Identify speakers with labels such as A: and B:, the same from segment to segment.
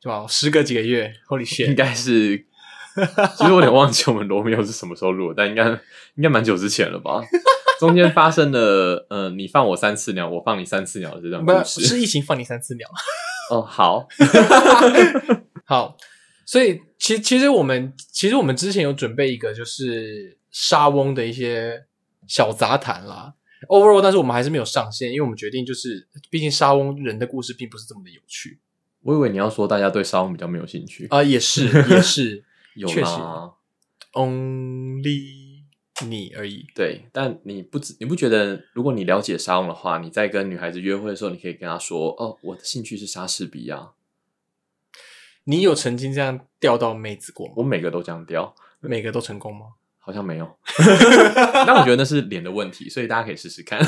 A: 对吧？时隔几个月，Holy
B: 应
A: shit！
B: 该是，其实我有点忘记我们罗密欧是什么时候录的，但应该应该蛮久之前了吧。中间发生了，呃，你放我三次鸟，我放你三次鸟的这段故
A: 不
B: 事。
A: 是疫情放你三次鸟。
B: 哦，好，
A: 好，所以其其实我们其实我们之前有准备一个就是沙翁的一些小杂谈啦，overall，但是我们还是没有上线，因为我们决定就是，毕竟沙翁人的故事并不是这么的有趣
B: 我以为你要说大家对沙翁比较没有兴趣，
A: 啊、也是也是
B: 有
A: 确实
B: 吗？
A: ，only 你而已。
B: 对，但你不知你不觉得，如果你了解沙翁的话，你在跟女孩子约会的时候，你可以跟她说：“哦，我的兴趣是莎士比亚。
A: 你有曾经这样钓到妹子过”吗？
B: 我每个都这样雕，
A: 每个都成功吗？
B: 好像没有。 但我觉得那是脸的问题，所以大家可以试试看。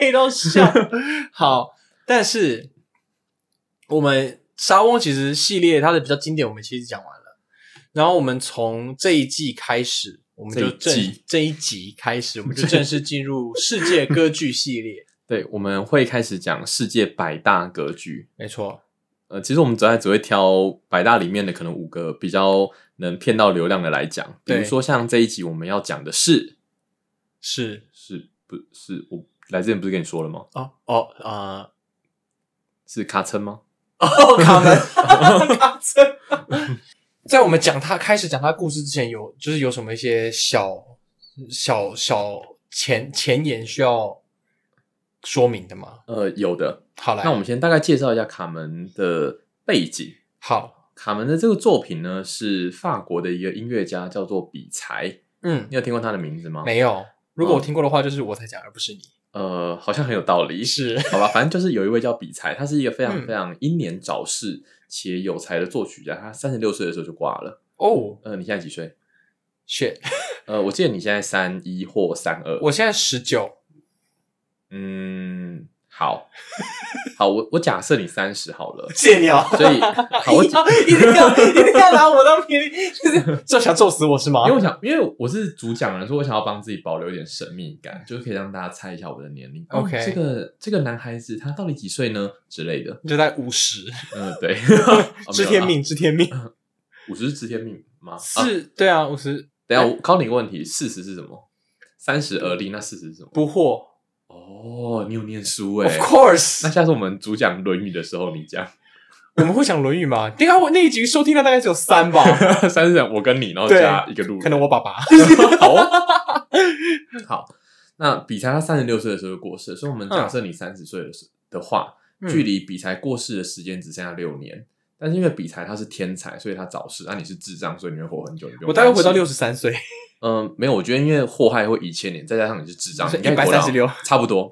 A: 背都 笑。好，但是我们沙翁其实系列它的比较经典，我们其实讲完了。然后我们从这一季开始，我们就
B: 这
A: 正
B: 一季
A: 这一集开始，我们就正式进入世界歌剧系列。
B: 对，我们会开始讲世界百大格局。
A: 没错，
B: 呃，其实我们只在只会挑百大里面的可能五个比较能骗到流量的来讲，比如
A: 对
B: 说像这一集我们要讲的是
A: 是
B: 是不是我来之前不是跟你说了吗？
A: 哦哦啊、
B: 是卡称吗？
A: 呃、 哦，卡门卡车。在我们讲他开始讲他故事之前有，就是有什么一些小小小前前言需要说明的吗？
B: 呃，有的。
A: 好来，
B: 那我们先大概介绍一下卡门的背景。
A: 好，
B: 卡门的这个作品呢，是法国的一个音乐家，叫做比才。
A: 嗯，
B: 你有听过他的名字吗？
A: 没有。如果我听过的话，就是我才讲，而不是你。
B: 呃，好像很有道理。
A: 是，
B: 好吧，反正就是有一位叫比才，他是一个非常
A: 嗯
B: 非常英年早逝且有才的作曲家。他三十六岁的时候就挂了。
A: 哦、
B: 呃，你现在几岁？
A: s h i t
B: 呃，我记得你现在三一或三二。
A: 我现在十九，
B: 嗯，好，好，我我假设你三十好了，
A: 谢谢你哦。
B: 所以好，我假
A: 一定 要一定要拿我当便利， 就是就想揍死我是吗
B: 因为我想，因为我是主讲人，所以我想要帮自己保留一点神秘感，就是可以让大家猜一下我的年龄。哦
A: OK
B: 这个这个男孩子他到底几岁呢？之类的。
A: 就在五十，
B: 嗯，对， 哦 啊
A: 知天，命，知天命。
B: 五十是知天命吗？啊，
A: 是，对啊啊，五十
B: 等一下我考你个问题，四十是什么？三十而立，那四十是什么？
A: 不惑
B: 哦，你有念书哎、
A: ，Of
B: 那
A: course。
B: 下次我们主讲《论语》的时候，你讲
A: 我们会讲《论语》吗？等一下我那一集收听量大概只有三 吧，
B: 三十讲我跟你，然后
A: 对
B: 加一个路人，
A: 可能我爸爸。
B: 好哦，好。那比才他三十六岁的时候就过世了，所以
A: 嗯
B: 我们假设你三十岁的时的话，距离比才过世的时间只剩下六年。但是因为比才他是天才，所以他早逝；那、你是智障，所以你会活很久。你不
A: 嗯
B: 用
A: 我大概回到
B: 担心
A: 六。十三岁，
B: 嗯，没有，我觉得因为祸害会一千年，再加上你是智障，
A: 是
B: 你应该活到
A: 136
B: 差不多。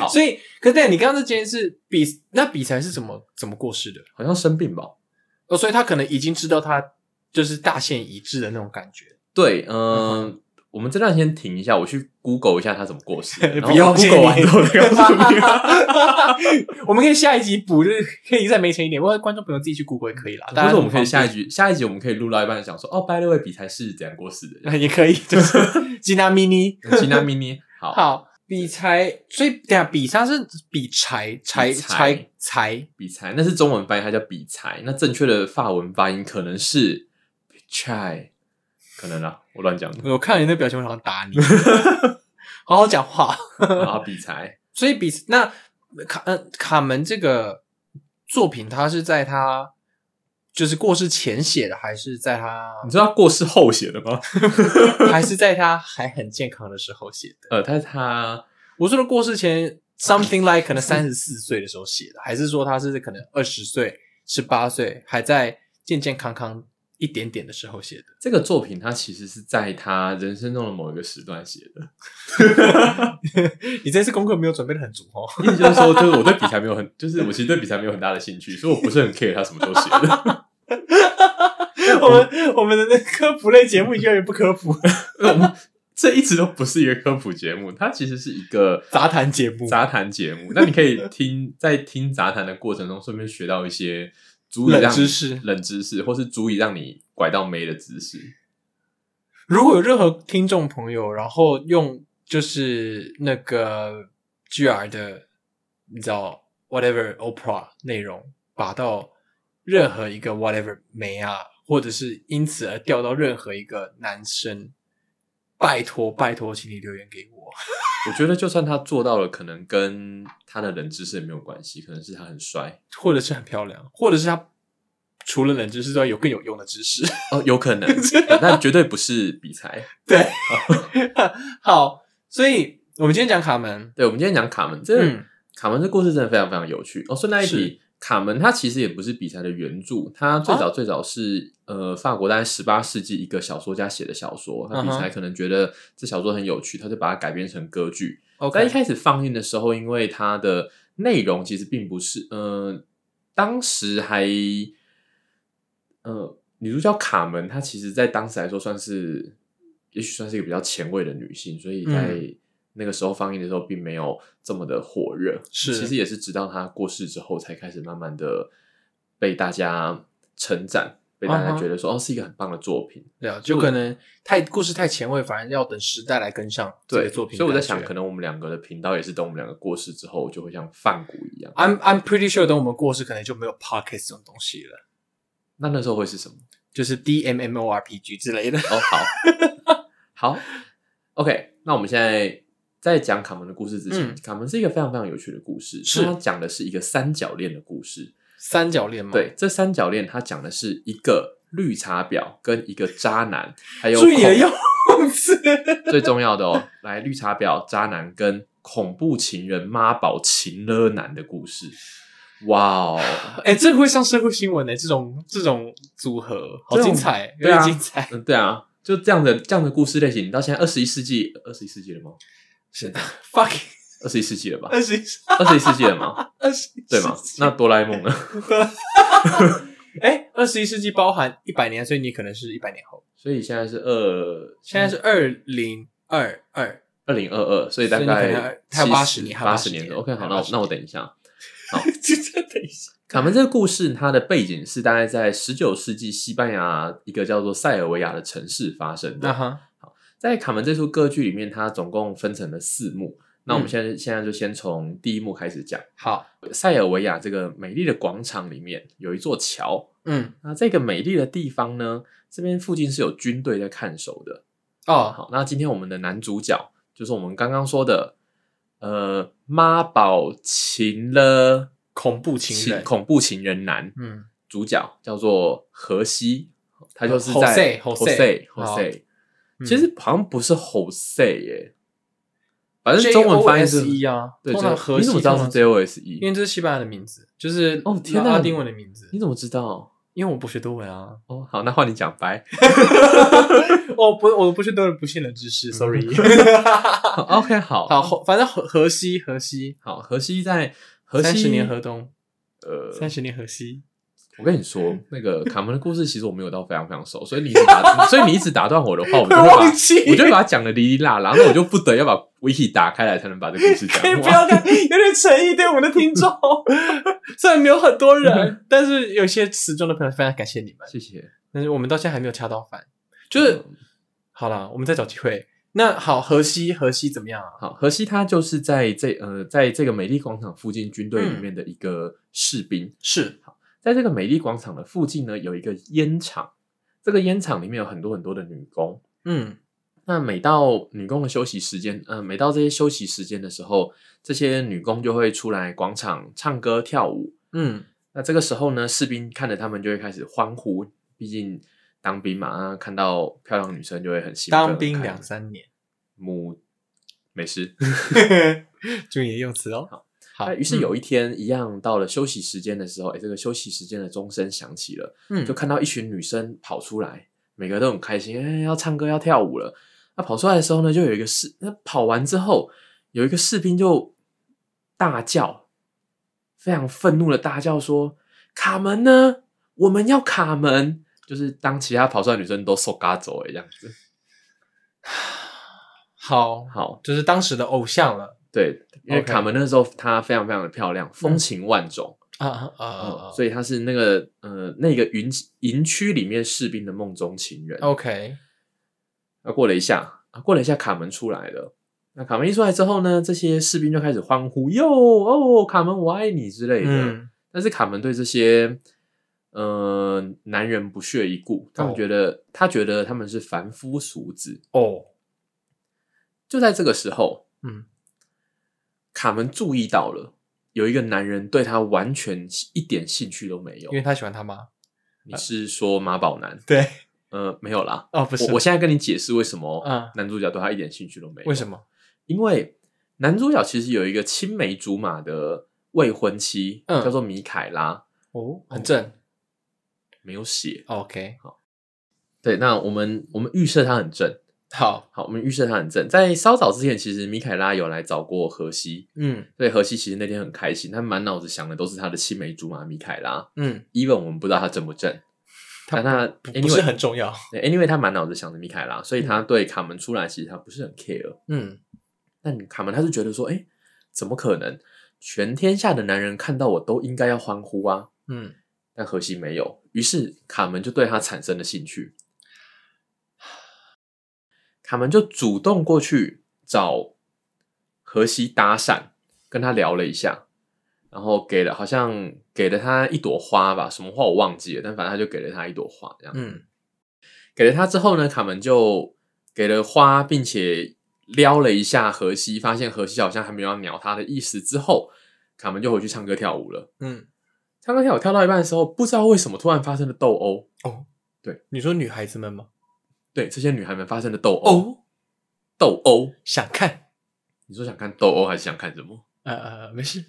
B: 好
A: 所以，可是但你刚刚这件事，比那比才是怎么怎么过世的？
B: 好像生病吧？
A: 哦，所以他可能已经知道他就是大限已至的那种感觉。
B: 对，嗯，我们这段先停一下，我去 Google 一下他怎么过 世的。然后
A: 不要
B: Google 完
A: 谢谢
B: 之后再告诉 你。啊
A: 我们可以下一集补，就是可以再没钱一点，或者观众朋友自己去 Google 也可以啦。
B: 但
A: 但
B: 是嗯我们可以下一 局，下一集我们可以录到一半，想说哦，by the way，比才是怎样过世 的？
A: 也可以， 就是吉娜 mini。
B: 吉娜咪咪，好，
A: 好，比柴，所以等一下比他是比柴柴
B: 比柴
A: 柴柴
B: 比才那是中文翻译，它叫比才。那正确的法文发音可能是 chai，可能啦，我乱讲的。
A: 我看你那表情，我想打 你。好好讲话。
B: 然后啊比才，
A: 所以比那卡呃卡门这个作品，他是在他就是过世前写的，还是在 他
B: 你知道他过世后写的吗？
A: 还是在他还很健康的时候写的？
B: 呃，他他
A: 我说的过世前，something like 可能三十四岁的时候写的，还是说他是可能二十岁、十八岁还在健健康康一点点的时候写的？
B: 这个作品，它其实是在他人生中的某一个时段写的。
A: 你这次功课没有准备的很足 哦。
B: 意思就是说，就是我对比才没有很，就是我其实对比才没有很大的兴趣，所以我不是很 care 他什么时候写的。
A: 我们我们的那科普类节目越来越不科普，
B: 我们这一直都不是一个科普节目，它其实是一个
A: 杂谈节目
B: 杂谈节目。那你可以听，在听杂谈的过程中，顺便学到一些足以让
A: 冷知识
B: 冷知识，或是足以让你拐到没的知识。
A: 如果有任何听众朋友，然后用就是那个 G R 的，你知道 whatever Oprah 内容把到任何一个 whatever 美啊，或者是因此而钓到任何一个男生，拜托拜托，请你留言给我。
B: 我觉得就算他做到了，可能跟他的冷知识也没有关系，可能是他很帅
A: 或者是很漂亮，或者是他除了冷知识之外有更有用的知识。
B: 哦，有可能，呃但绝对不是比才。
A: 对，好，所以我们今天讲卡门，
B: 对，我们今天讲卡门，这个、
A: 嗯
B: 卡门这故事真的非常非常有趣哦。顺带一
A: 是哦
B: 提，卡门它其实也不是比才的原著，它最早最早是、呃法国大概十八世纪一个小说家写的小说，他
A: 嗯哼
B: 比才可能觉得这小说很有趣，他就把它改编成歌剧。在一
A: ，OK，
B: 开始放映的时候，因为它的内容其实并不是，呃，当时还，呃，女主角卡门，她其实在当时来说算是，也许算是一个比较前卫的女性，所以在
A: 嗯
B: 那个时候放映的时候，并没有这么的火热。
A: 是
B: 其实也是直到她过世之后，才开始慢慢的被大家称赞，被大
A: 啊
B: 家
A: 哈
B: 觉得说，哦，是一个很棒的作品。
A: 对啊，就可能太故事太前卫，反而要等时代来跟上这个作品。
B: 所以我在想，可能我们两个的频道也是等我们两个过世之后，就会像泛古一样。
A: I'm I'm pretty sure，等我们过世，可能就没有 podcast 这种东西了，
B: 那那时候会是什么？
A: 就是 DMMORPG 之类的。
B: 哦， 好，好，OK。那我们现在在讲卡门的故事之前，
A: 嗯
B: 卡门是一个非常非常有趣的故事，
A: 是
B: 它讲的是一个三角恋的故事。
A: 三角恋吗？
B: 对，，这三角恋它讲的是一个绿茶婊跟一个渣 男，还有
A: 注意你的
B: 恐
A: 用词。
B: 最重要的哦，来绿茶婊、渣男跟恐怖情人、妈宝情勒男的故事。哇哦！
A: 哎、这个会上社会新闻呢、这种这种组合好
B: 这种
A: 精彩，有
B: 对啊
A: 点精彩。
B: 嗯，对啊，就这样的这样的故事类型，你到现在二十一世纪，二十一世纪了吗？
A: 是的，fucking
B: 二十一世纪了吧？
A: 二十一
B: 二十一世纪了吗？
A: 二十一
B: 对吗
A: 世？纪
B: 那哆啦 A 梦呢？
A: 哎，二十一世纪包含一百年，所以你可能是一百年后。
B: 所以现在是二，
A: 现在是二零二 二，
B: 二零二二，所以大
A: 所以你可能
B: 概
A: 还还有80年还有
B: 八
A: 80
B: 十
A: 年
B: 年左右。OK，好，
A: 还有
B: 那我
A: 80
B: 那我等一下。
A: 就这等一下。
B: 卡门这个故事，它的背景是大概在十九世纪西班牙一个叫做塞尔维亚的城市发生
A: 啊
B: 的。
A: 哈，
B: 在卡门这出歌剧里面，它总共分成了四幕。那
A: 嗯
B: 我们现在现在就先从第一幕开始讲。
A: 好，
B: 塞尔维亚这个美丽的广场里面有一座桥，
A: 嗯，
B: 那这个美丽的地方呢，这边附近是有军队在看守的。
A: 哦，
B: 好，那今天我们的男主角就是我们刚刚说的，呃，妈宝情了
A: 恐怖情人，
B: 恐怖情人男，
A: 嗯，
B: 主角叫做荷西，他就是
A: 呃
B: 在
A: Jose，Jose
B: Jose Jose
A: 嗯
B: 其实好像不是 Jose 耶，反正中文翻译是
A: JOSE 啊，
B: 对，
A: 通
B: 这
A: 常和
B: 你怎么知道是
A: 这样？因
B: JOSE？
A: 为这是西班牙的名字，就是
B: 哦天哪
A: 拉丁文的名字
B: 你。怎么知道？
A: 因为我不学多文啊，
B: 哦，好，那换你讲 白。
A: 我哦不我不学多文不信的知
B: 嗯
A: 识，sorry。
B: 好 OK，好，
A: 好，后反正河河西河西，
B: 好，荷西在荷西
A: 三十年河东，
B: 呃，
A: 三十年河西，
B: 我跟你说，
A: 嗯
B: 那个卡门的故事其实我没有到非常非常熟，所以你一直打， 所以你一直打断我的话，我就会把，
A: 忘记
B: 我就会把它讲的哩哩啦啦，那我就不得要把 wiki 打开来才能把这故 事
A: 可以
B: 讲
A: 不
B: 完。
A: 要看，有点诚意对我们的听众。 虽然没有很多 人，但是有些时装的朋友非常感谢你们。
B: 谢谢，
A: 但是我们到现在还没有恰到饭，就是、好啦，我们再找机会。那好，河西河西怎么样啊？
B: 好，荷西他就是在这呃，在这个美丽广场附近军队
A: 嗯
B: 里面的一个士兵，
A: 是
B: 在这个美丽广场的附近呢，有一个烟厂，这个烟厂里面有很多很多的女工，
A: 嗯
B: 那每到女工的休息时间，呃，每到这些休息时间的时候，这些女工就会出来广场唱歌跳舞。
A: 嗯
B: 那这个时候呢，士兵看着他们就会开始欢呼，毕竟当兵嘛，那看到漂亮女生就会很兴奋。
A: 当兵
B: 很
A: 两
B: 开
A: 三 年，
B: 母没事。
A: 注意你的用词哦。好
B: 那于是有一天，一样到了休息时间的时候，哎、这个休息时间的钟声响起了，
A: 嗯
B: 就看到一群女生跑出来，每个都很开心，哎、要唱歌要跳舞了。那跑出来的时候呢，就有一个士，那跑完之后，有一个士兵就大叫，非常愤怒的大叫说：“卡门呢？我们要卡门！”就是当其他跑出来的女生都受嘎走了这样子。
A: 好，
B: 好，
A: 就是当时的偶像了
B: 对，因为
A: OK 嗯
B: 卡门那时候她非常非常的漂亮，风情万种。
A: 啊啊啊啊！
B: 哦，所以他是那个呃那个营营区里面士兵的梦中情人。
A: 以 OK，
B: 啊，过了一下，啊，过了一下，卡门出来了。那卡门一出来之后呢，这些士兵就开始欢呼哟哦，卡门我爱你之类的。
A: 嗯
B: 但是卡门对这些呃男人不屑一顾，他们
A: 哦
B: 觉得、他觉得他们是凡夫俗子。
A: 哦，
B: 就在这个时候，
A: 嗯，
B: 卡门注意到了有一个男人对他完全一点兴趣都没有
A: 因。为他喜欢他妈。
B: 你是说马宝男？
A: 对，
B: 呃，没有啦。
A: 哦，不是
B: 我，我现在跟你解释为什么
A: 嗯，
B: 男主角对他一点兴趣都没有。
A: 为什？么？
B: 因为男主角其实有一个青梅竹马的未婚妻，
A: 嗯
B: 叫做米凯拉，
A: 哦，很正。
B: 没有写。
A: OK，
B: 对，那我们我们预设他很正，
A: 好，
B: 好，我们预设他很正。在稍早之前，其实米凯拉有来找过荷西，
A: 嗯
B: 对，荷西其实那天很开心，他满脑子想的都是他的青梅竹马米凯拉。
A: 嗯，
B: even 我们不知道他正不正，
A: 他
B: 但他
A: 不不是
B: anyway
A: 很重嗯要。
B: 对 anyway 他满脑子想着米凯拉，所以他对卡门出来其实他不是很 care。
A: 嗯，
B: 但卡门他是觉得说，哎、怎么可能？全天下的男人看到我都应该要欢呼啊！
A: 嗯，
B: 但荷西没有，于是卡门就对他产生了兴趣。卡门就主动过去找荷西搭讪，跟他聊了一下，然后给了好像给了他一朵花吧，什么花我忘记了，但反正他就给了他一朵花，这样。
A: 嗯，
B: 给了他之后呢，卡门就给了花，并且撩了一下荷西，发现荷西好像还没有要鸟他的意思。之后，卡门就回去唱歌跳舞了。
A: 嗯，
B: 唱歌跳舞跳到一半的时候，不知道为什么突然发生了斗殴。
A: 你说女孩子们吗？
B: 对，这些女孩们发生了斗殴，，
A: 哦
B: 斗殴。
A: 想看？
B: 你说想看斗殴还是想看什么？
A: 呃呃，没 事。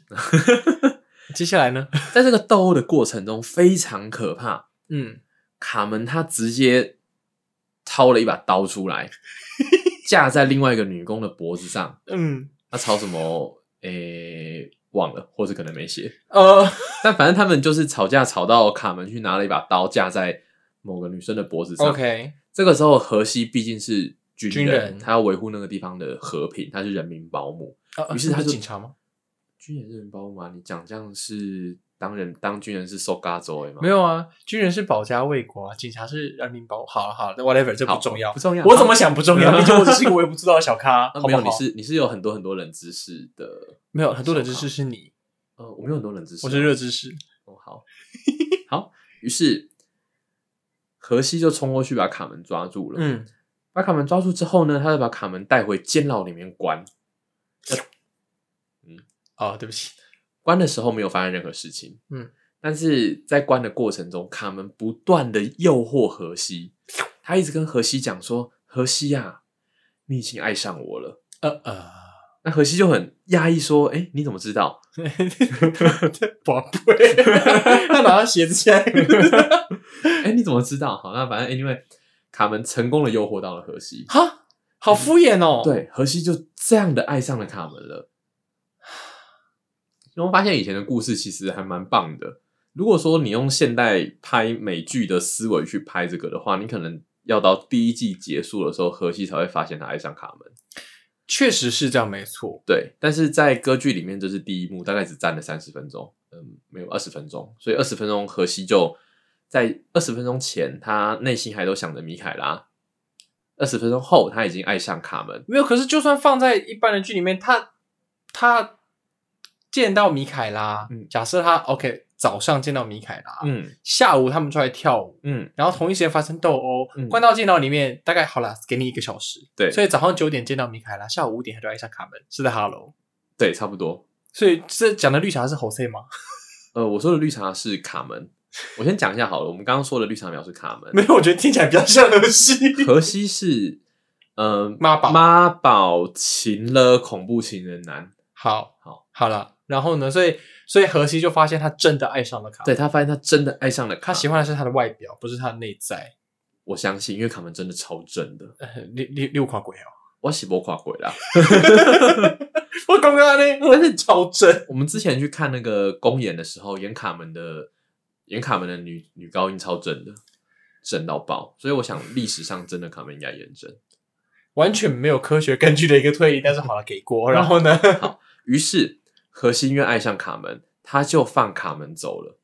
A: 接下来呢？
B: 在这个斗殴的过程中非常可怕，
A: 嗯，
B: 卡门他直接掏了一把刀出来，架在另外一个女工的脖子上。
A: 嗯，
B: 他吵什么？诶、忘了，或者可能没写。
A: 呃，
B: 但反正他们就是吵架，吵到卡门去拿了一把刀架在某个女生的脖子上。
A: OK，
B: 这个时候，荷西毕竟是军人，
A: 军人
B: 他要维护那个地方的和平，他是人民保姆。
A: 呃
B: 于是他
A: 不
B: 就
A: 警察吗？？
B: 军人是人民保姆吗？你讲这样是当人当军人是受嘎州诶吗？
A: 没有啊，军人是保家卫国啊，警察是人民保。好了好了，whatever，这
B: 好，
A: 不重要
B: 不。重要。
A: 我怎么想不 重要，毕竟我只是一个我也不知道的小 咖，
B: 啊
A: 好不
B: 没有，
A: 好？
B: 你是你是有很多很多冷知识的。
A: 没有很多冷知识是你，
B: 呃，我没有很多冷知识啊，
A: 我是热知识。
B: 哦，好， 好，于是荷西就冲过去把卡门抓住了。，
A: 嗯，
B: 把卡门抓住之后呢，他就把卡门带回监牢里面关。
A: 哦，对不起，
B: 关的时候没有发生任何事情。
A: 嗯，
B: 但是在关的过程中，卡门不断的诱惑荷西，他一直跟荷西讲说：“荷西啊，你已经爱上我了。
A: 呃呃，”
B: 那荷西就很压抑说：“哎、你怎么知道？”
A: 宝贝， 他拿他鞋子 起来。
B: 哎、你怎么知道？好，那反正 anyway，卡门成功的诱惑到了荷西。
A: 哈，好敷衍哦。，
B: 对，荷西就这样的爱上了卡门 了。然后发现以前的故事其实还蛮棒的。如果说你用现代拍美剧的思维去拍这个的话，你可能要到第一季结束的时候，荷西才会发现他爱上卡门。
A: 确实是这样，没错。
B: 对，但是在歌剧里面，这是第一幕，大概只占了三十分钟，嗯，没有二十分钟，所以二十分钟荷西就在二十分钟前，他内心还都想着米凯拉。二十分钟后，他已经爱上卡门，
A: 没有，可是就算放在一般的剧里面，他他见到米凯拉，
B: 嗯
A: 假设他 OK 早上见到米凯拉，
B: 嗯
A: 下午他们出来跳舞，
B: 嗯，
A: 然后同一时间发生斗殴，
B: 嗯
A: 关到监牢里面，大概好了，给你一个小时。
B: 对
A: 所以早上九点见到米凯拉，下午五点他就爱上卡门，是在哈喽。
B: 对，差不多。
A: 所以这讲的绿茶是侯赛吗？
B: 呃，我说的绿茶是卡门，我先讲一下好了。我们刚刚说的绿茶婊是卡门，
A: 没有，我觉得听起来比较像游戏。
B: 荷西是呃
A: 妈宝
B: 妈宝情了恐怖情人男，
A: 好，
B: 好，
A: 好了。然后呢，所以所以荷西就发现他真的爱上了卡
B: 对
A: 门，
B: 他发现他真的爱上了卡
A: 他
B: 门，
A: 喜欢的是他的外表，不是他的内在。
B: 我相信，因为卡门真的超正的，
A: 呃六六六垮
B: 啊
A: 鬼哦！
B: 我喜不垮鬼啦。
A: 我刚刚呢，我是超真。
B: 我们之前去看那个公演的时候，演卡门的演卡门的女女高音超正的，正到爆，所以我想历史上真的卡门应该演真。
A: 完全没有科学根据的一个推理，但是好了，给过。然后呢？
B: 于是荷西因为爱上卡门，他就放卡门走了。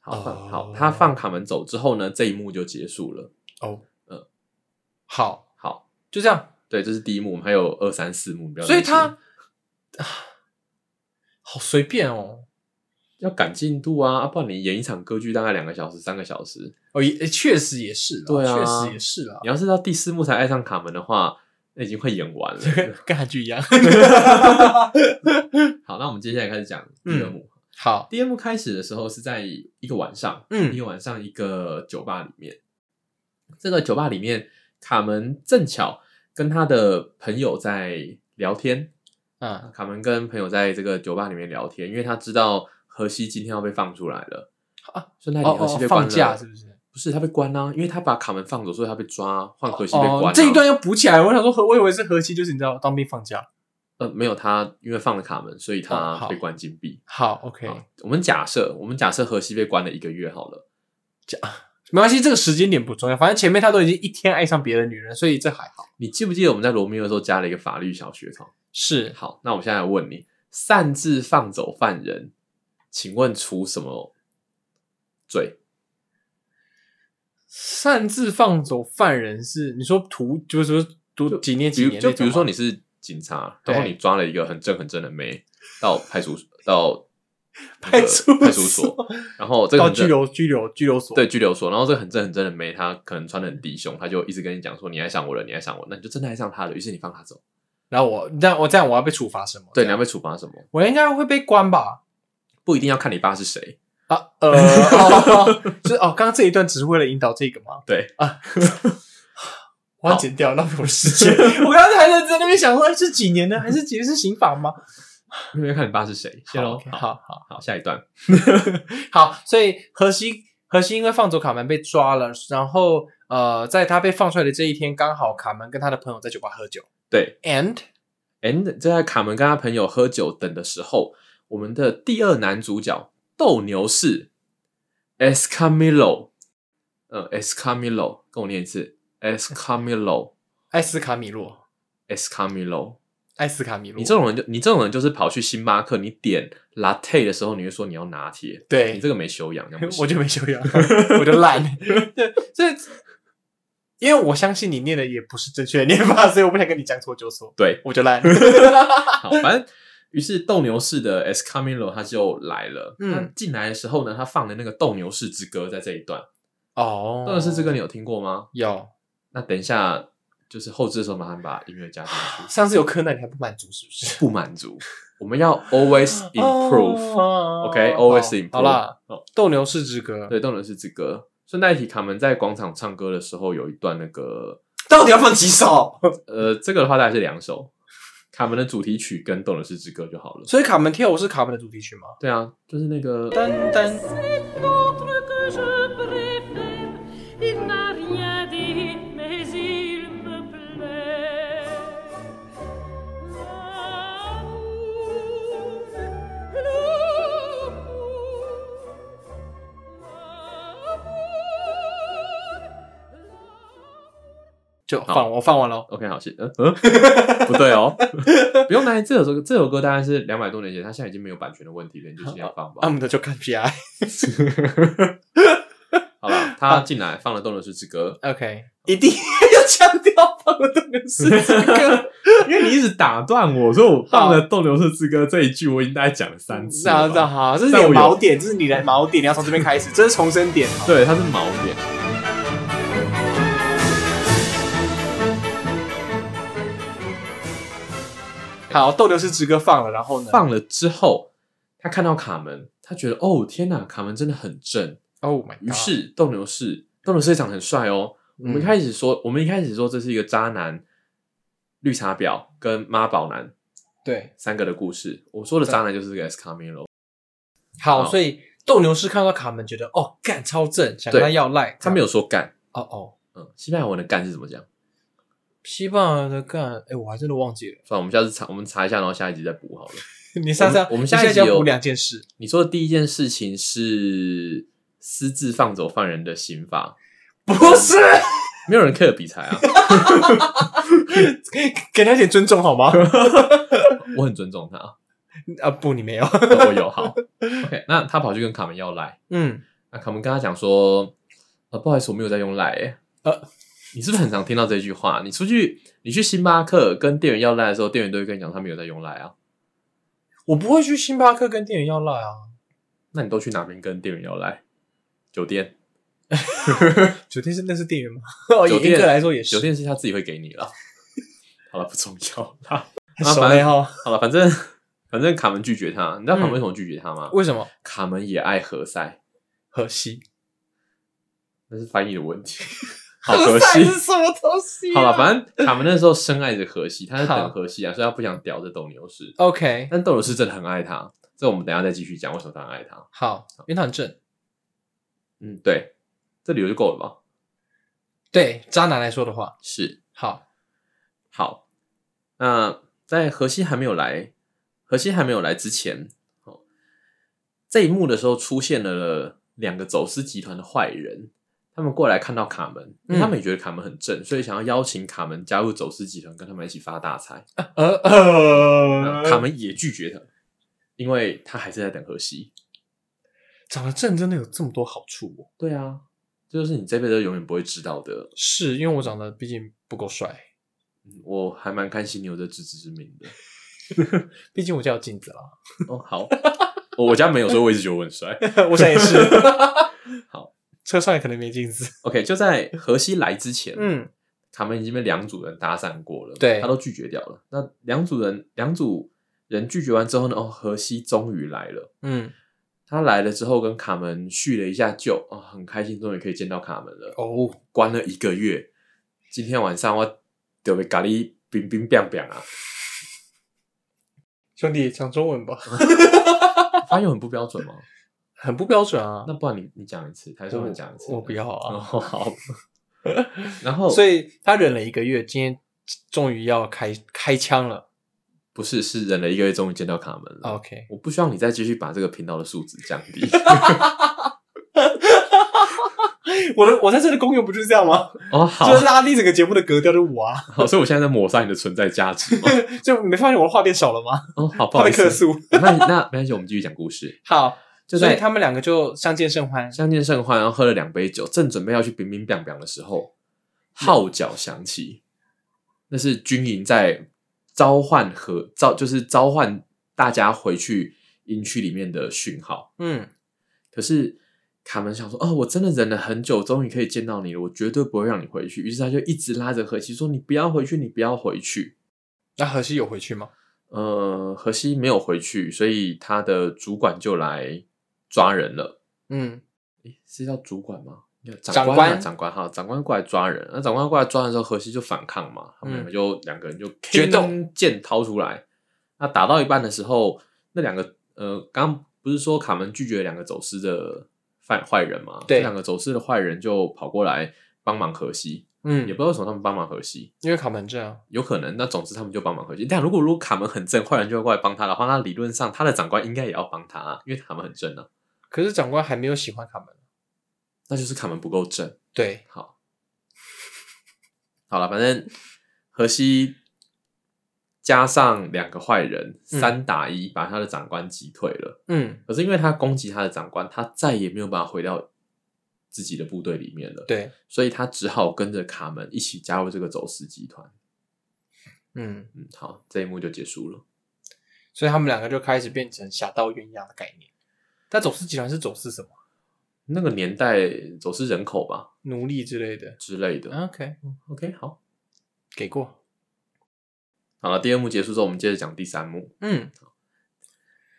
B: 好，放好
A: 哦，
B: 他放卡门走之后呢，这一幕就结束了。
A: 哦，
B: 嗯
A: 好，
B: 好，
A: 就这样。
B: 对，这是第一幕，我们还有二三四幕，你不要
A: 所以
B: 担心
A: 他啊好随便哦，
B: 要赶进度啊，啊不然你演一场歌剧大概两个小时、三个小时，
A: 哦也也确实也是啦，
B: 对啊
A: 确实也是啦，
B: 你要是到第四幕才爱上卡门的话，那已经快演 完了。
A: 跟韩剧一样。
B: 好，那我们接下来开始讲第二幕。
A: 好，
B: 第二幕开始的时候是在一个晚上，一
A: 嗯
B: 个晚上一个酒吧里面。这个酒吧里面，卡门正巧跟他的朋友在聊天。
A: 嗯
B: 卡门跟朋友在这个酒吧里面聊天，因为他知道荷西今天要被放出来了
A: 啊，
B: 所以那里
A: 哦
B: 荷西
A: 哦
B: 被关了。
A: 放假是不是？
B: 不是他被关啊啦、因为他把卡门放走，所以他被抓，换荷西被关啊、
A: 哦，这一段要补起来。我想说和，我以为是和期，就是你知道当兵放假。
B: 呃没有他，因为放了卡门，所以
A: 哦
B: 他
A: 好
B: 被关禁闭。
A: 好，OK，
B: 啊我们假设，我们假设荷西被关了一个月好了。
A: 没关系，这个时间点不重要，反正前面他都已经一天爱上别的女人，所以这还好。
B: 你记不记得我们在罗密欧的时候加了一个法律小学堂？
A: 是
B: 好，那我现在来问你，擅自放走犯人，请问处什么罪？
A: 擅自放走犯人是你说图就是说读几年
B: 比
A: 几
B: 如
A: 年
B: 就
A: 那种吗
B: 比如说你是警察，
A: 对
B: 然后你抓了一个很正很正的妹到派出所到
A: 派
B: 那个
A: 出
B: 派出 所，然后这个
A: 到
B: 很
A: 拘
B: 正
A: 留拘留拘留所
B: 对拘留所，然后这个很正很正的妹，她可能穿的很低胸，她就一直跟你讲说你爱上我了，你爱上我，那你就真的爱上她了，于是你放她走，
A: 然后我这样我这样我要被处罚什么？这
B: 对，你
A: 样
B: 要被处罚什么？
A: 我应该会被关吧？
B: 不一定要看你爸是谁，
A: 啊呃，哦哦就是哦，刚刚这一段只是为了引导这个吗？
B: 对，
A: 我要剪掉，浪费我的时间。我刚才还在在那边想说，哎，是几年呢？还是几年是刑法吗？
B: 因为看你爸是谁。谢
A: 好
B: 喽，
A: ，OK，
B: 好
A: 好好
B: 好，下一段，
A: 好，所以荷西荷西因为放走卡门被抓了，然后呃，在他被放出来的这一天，刚好卡门跟他的朋友在酒吧喝酒
B: 对
A: ，and
B: ，and 在卡门跟他朋友喝酒等的时候，我们的第二男主角斗牛士 Escamillo，呃，Escamillo，跟我念一次 Escamillo，Escamillo。
A: 埃斯卡米洛，埃斯卡米洛，
B: 你这种人就你这种人就是跑去星巴克，你点 latte 的时候，你会说你要拿铁，你
A: 对，
B: 这个没修养，这样不行
A: 我就没 修养，我就烂，对，所以因为我相信你念的也不是正确的念法，所以我不想跟你讲错就错，
B: 对，
A: 我就 烂，
B: 好，反正于是斗牛士的 Escamillo 他就来了。
A: 嗯
B: 嗯，进来的时候呢，他放的那个《斗牛士之歌》在这一段，
A: 哦
B: 《斗牛士之歌》你有听过吗？
A: 有。
B: 那等一下就是后置的时候，麻烦把音乐加进去。
A: 上次有柯南你还不满足是不是
B: 不满足，我们要 always
A: Oh
B: improve。
A: OK，always
B: OK，always improve。
A: 哦好啦，
B: 哦，
A: 斗牛士之歌，
B: 对，《斗牛士之歌》。顺带一提，卡门在广场唱歌的时候有一段那个，
A: 到底要放几首？
B: 呃，这个的话大概是两首，卡门的主题曲跟《斗牛士之歌》就好了。
A: 所以卡门跳舞是卡门的主题曲吗？
B: 对啊，就是那个
A: 噔噔，
C: C'est l'autre que je préfère. Il n'a rien dit, mais il me plaît. L'amour, l'amour, l'amour.
A: 就放我放完了。
B: OK，好，谢，嗯嗯，不对哦， 不用担心，这首歌这首歌大概是两百多年前，它现在已经没有版权的问题了，你就尽量放吧。
A: 阿啊姆的就看 P I。
B: 好了，
A: 啊
B: 他进来放了《斗牛士之歌
A: OK，一定要强调放的这个是这 个。》，
B: 因为你一直打断我，所以我放了《斗牛士之歌》这一句，我应该讲了三次
A: 这
B: 了
A: 样这样
B: 吧。
A: 好，这是你
B: 但我
A: 的
B: 有
A: 锚点，这是你的锚点，你要从这边 开始，这是重生点。
B: 对，它是锚点。
A: 好，斗牛士之歌放了，然后呢？
B: 放了之后，他看到卡门，他觉得哦天哪，卡门真的很正。
A: Oh my God。
B: 于是斗牛士，斗牛士长得很帅哦，我们一开始说，我们一开始说这是一个渣男、绿茶婊跟妈宝男
A: 对，
B: 三个的故事。我说的渣男就是这个 S Camilo，
A: 好，
B: 好
A: 所以斗牛士看到卡门，觉得哦，干超正，想跟他
B: 对
A: 要赖。
B: 他没有说干。
A: 哦哦，
B: 嗯，西班牙文的干是怎么讲？
A: 西班牙的干，哎，我还真的忘记了。
B: 算了，我们下次查，我们查一下，然后下一集再补好了。
A: 你下次要
B: 我们我们
A: 你
B: 下
A: 下
B: 一集
A: 次要
B: 有
A: 补两件事。
B: 你说的第一件事情是私自放走犯人的刑法，
A: 不是，
B: 没有人 care 比才啊，
A: 给他一点尊重 好吗？
B: 我很尊重他，哦
A: 啊，不，你没有。
B: 我有好。OK，那他跑去跟卡门要赖，
A: 嗯，
B: 那卡门跟他讲说，呃，不好意思，我没有在用赖、欸，
A: 呃
B: 你是不是很常听到这句话？你出去，你去星巴克跟店员要赖的时候，店员都会跟你讲他没有在用赖啊。
A: 我不会去星巴克跟店员要辣啊，
B: 那你都去哪边跟店员要赖？酒店，
A: 酒店是那是店员吗？哦，以
B: 酒店
A: 严格来说也是
B: 酒，店是他自己会给你了。好了，不重要啦。
A: 很熟嘞哦哈。
B: 好了，反正反正卡门拒绝他，你知道卡门
A: 嗯
B: 为什么拒绝他吗？
A: 为什 么？
B: 卡门也爱何塞，
A: 河 西，
B: 那是翻译的 问题。
A: 哦
B: 好可
A: 塞
B: 惜。
A: 是什么东西啊？
B: 好了，反正卡门那时候深爱着荷西，他在
A: 好
B: 等荷西啊，所以他不想屌这斗牛士。
A: OK，
B: 但斗牛士真的很爱他，这我们等一下再继续讲为什么他很爱他。
A: 好，因为他很正。
B: 嗯，对，这理由就够了吧？
A: 对渣男来说的话，
B: 是，
A: 好，
B: 好。那在荷西还没有来，荷西还没有来之前，哦，这一幕的时候出现了两个走私集团的坏人，他们过来看到卡门，因
A: 嗯
B: 为他们也觉得卡门很正，所以想要邀请卡门加入走私集团，跟他们一起发大财。
A: 呃
B: 那
A: 呃，
B: 卡门也拒绝他，因为他还是在等荷西。
A: 长得正真的有这么多好处哦。
B: 对啊，这就是你这辈子都永远不会知道的。
A: 是因为我长得毕竟不够帅，
B: 嗯我还蛮开心你有这自知之明的。
A: 毕竟我家有镜子 啦。
B: 哦，好，我我家没有，所以我一直觉得我很帅。
A: 我想也是。
B: 好，
A: 车上也可能没镜子。
B: OK，就在荷西来之前，
A: 嗯，
B: 卡门已经被两组人搭讪过了，
A: 对
B: 他都拒绝掉了。那两组人，两组人拒绝完之后呢？哦，荷西终于来了。
A: 嗯，
B: 他来了之后，跟卡门叙了一下旧，哦，很开心，终于可以见到卡门了。
A: 哦，
B: 关了一个月，今天晚上我就被咖喱冰冰冰冰啊！
A: 兄弟讲中文吧，
B: 发音很不 标准吗？
A: 很不标准啊。
B: 那不然你你讲一次，台中你讲一次
A: 我不要啊
B: 哦好，然后
A: 所以他忍了一个月，今天终于要开开枪了。
B: 不是是忍了一个月，终于见到卡门了。
A: OK，
B: 我不希望你再继续把这个频道的数值降 低。
A: 我的我在这里的功用不就是这样吗？
B: 哦，好
A: 就，是 拉低整个节目的格调，就是我啊，
B: 好，所以我现在在抹杀你的存在价值吗？
A: 就没发现我的话变少了吗？
B: 哦，好，不
A: 怕
B: 好
A: 被
B: 意
A: 客
B: 思。
A: 诉。
B: 那你那没关系，我们继续讲故事。
A: 好，
B: 就
A: 所以
B: 在
A: 他们两个就相见甚欢。
B: 相见甚欢，然后喝了两杯酒，正准备要去冰冰冰冰的时候，号角响起，那是军营在召唤和召，就是召唤大家回去营区里面的讯号。
A: 嗯，
B: 可是卡门想说：“哦，我真的忍了很久，终于可以见到你了，我绝对不会让你回去。”于是他就一直拉着荷西说：“你不要回去，你不要回去。
A: 那荷西有回去吗？”
B: 呃，荷西没有回去，所以他的主管就来抓人了。
A: 嗯，
B: 诶是叫主管吗？应该
A: 长
B: 长官啊、
A: 官
B: 长官哈，长官过来抓人。那长官过来抓的时候，荷西就反抗嘛，他们两个就两个人就
A: 嗯决斗，
B: 剑掏出来。那打到一半的时候，那两个呃，刚刚不是说卡门拒绝两个走私的犯坏人嘛？
A: 对
B: 这两个走私的坏人就跑过来帮忙荷西，
A: 嗯
B: 也不知道为什么他们帮忙荷西。
A: 因为卡门啊这样，
B: 有可能，那总之他们就帮忙荷西。但如果如果卡门很正，坏人就会过来帮他的话，那理论上他的长官应该也要帮他、啊，因为卡门很正啊。
A: 可是长官还没有喜欢卡门。
B: 那就是卡门不够正。
A: 对，
B: 好，好了，反正荷西加上两个坏人，
A: 嗯
B: 三打一把他的长官击退了。
A: 嗯，
B: 可是因为他攻击他的长官，他再也没有办法回到自己的部队里面了，
A: 对，
B: 所以他只好跟着卡门一起加入这个走私集团。
A: 嗯，
B: 嗯，好，这一幕就结束了。
A: 所以他们两个就开始变成侠盗鸳鸯的概念。但走私集团是走私什么？
B: 那个年代走私人口吧
A: 奴隶之类的。
B: 之类的。
A: OK，
B: OK，好，
A: 给过。
B: 好了，第二幕结束之后，我们接着讲第三幕。
A: 嗯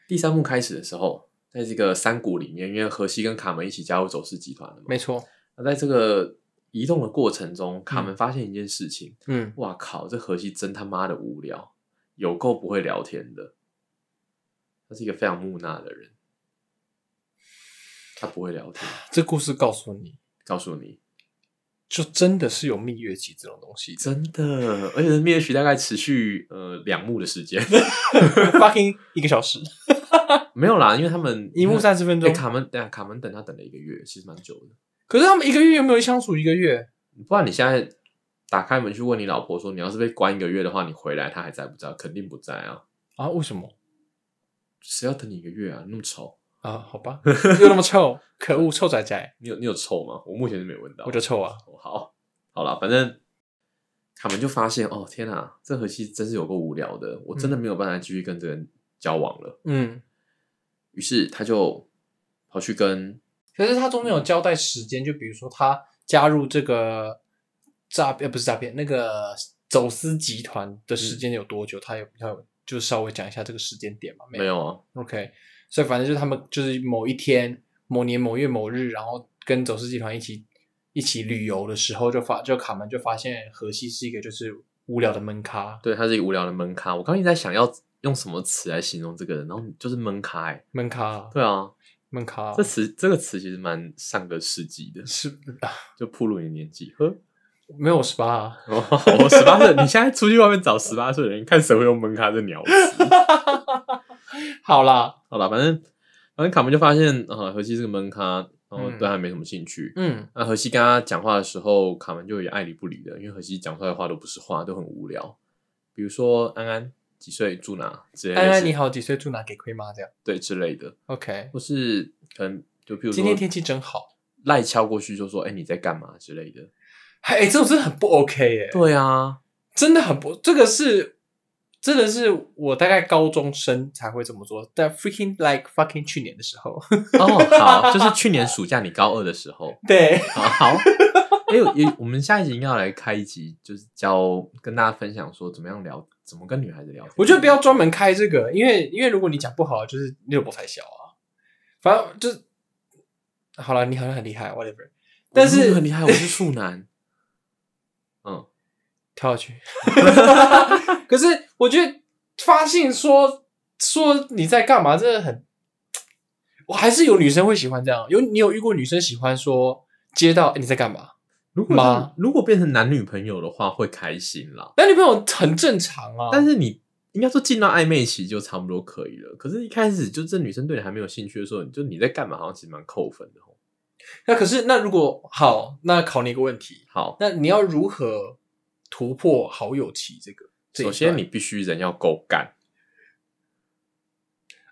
B: 第三幕开始的时候，在这个山谷里面，因为荷西跟卡门一起加入走私集团了，嘛，
A: 没错。
B: 那在这个移动的过程中，卡门发现一件事情，
A: 嗯，
B: 哇靠，这荷西真他妈的无聊，有够不会聊天的，他是一个非常木讷的人，他不会聊天，
A: 这故事告诉你，
B: 告诉你，
A: 就真的是有蜜月期这种东西
B: 真的，而且是蜜月期大概持续呃两幕的时间，
A: ，fucking 一个小时，
B: 没有啦，因为他们
A: 一幕三十分
B: 哎、
A: 钟。
B: 卡门等一下卡门等他等了一个月，其实蛮久的。
A: 可是他们一个月有没有相处一个月？
B: 不然你现在打开门去问你老婆说，你要是被关一个月的话，你回来她还在不在？肯定不在啊，
A: 啊？为什么
B: 谁要等你一个月啊？你那么丑，
A: 啊？好 吧，又那么臭，可恶，臭仔仔，
B: 你有你有臭吗？我目前是没有闻到，
A: 我就臭啊！
B: 哦好好了，反正卡门就发现，哦天啊，这荷西真是有够无聊的，我真的没有办法继续跟这个人交往了。
A: 嗯，
B: 于是他就跑去跟
A: 可是他中间有交代时间，就比如说他加入这个诈骗，呃不是诈骗，那个走私集团的时间有多久？他有他有就稍微讲一下这个时间点嘛？
B: 没有啊，
A: OK，所以反正就是他们就是某一天、某年某月某日，然后跟走私集团一起一起旅游的时候，就发就卡门就发现荷西是一个就是无聊的闷咖，
B: 对他是一个无聊的闷咖。我刚一直在想要用什么词来形容这个人，然后就是闷咖、欸。
A: 闷咖，
B: 对啊，
A: 闷咖，
B: 这词这个词其实蛮上个世纪的，
A: 是啊
B: 就暴露你的年纪。呵，
A: 没有十八，
B: 哦我十八岁，你现在出去外面找十八岁的人，看谁会用闷咖这鸟词。
A: 好啦，
B: 好了，反正反正卡门就发现啊，荷西是个闷咖，然后对他没什么兴趣。
A: 嗯
B: 那荷西跟他讲话的时候，卡门就也爱理不理的，因为荷西讲出来的话都不是话，都很无聊。比如说安安几岁住哪之类的，
A: 安哎安你好，几岁住哪？给亏妈这样
B: 对之类的，
A: ，OK，
B: 或是可能就譬如说
A: 今天天气真好，
B: 赖敲过去就说：“哎、你在干嘛？”之类的。
A: 哎、这种真的很不 OK 耶、
B: 对啊，
A: 真的很不，这个是真的是我大概高中生才会这么做，但 freaking like fucking 去年的时候，
B: 哦，好，就是去年暑假你高二的时候，
A: 对，
B: 好 好。哎、有有，我们下一集应该要来开一集，就是教跟大家分享说怎么样聊，怎么跟女孩子聊天。
A: 我觉得不要专门开这个，因为因为如果你讲不好，就是六博才小啊。反正就是好了，你好像很厉害，whatever。但啊
B: 我不
A: 是
B: 很厉害，我是处男。嗯，
A: 跳下去。 可是我觉得发信说说你在干嘛，真的很，我还是有女生会喜欢这样。有你有遇过女生喜欢说接到、欸、你在干嘛？
B: 如果
A: 妈
B: 是如果变成男女朋友的话，会开心啦。
A: 男女朋友很正常啊，
B: 但
A: 是
B: 是你应该说进到暧昧期就差不多可以了。可是，一开始就这女生对你还没有兴趣的时候，你就你在干嘛，好像其实蛮扣分的哦。
A: 那可是那如果好，那考你一个问题，
B: 好，
A: 那你要如何突破好友期这个？这一
B: 首先
A: 段
B: 你必须人要够干。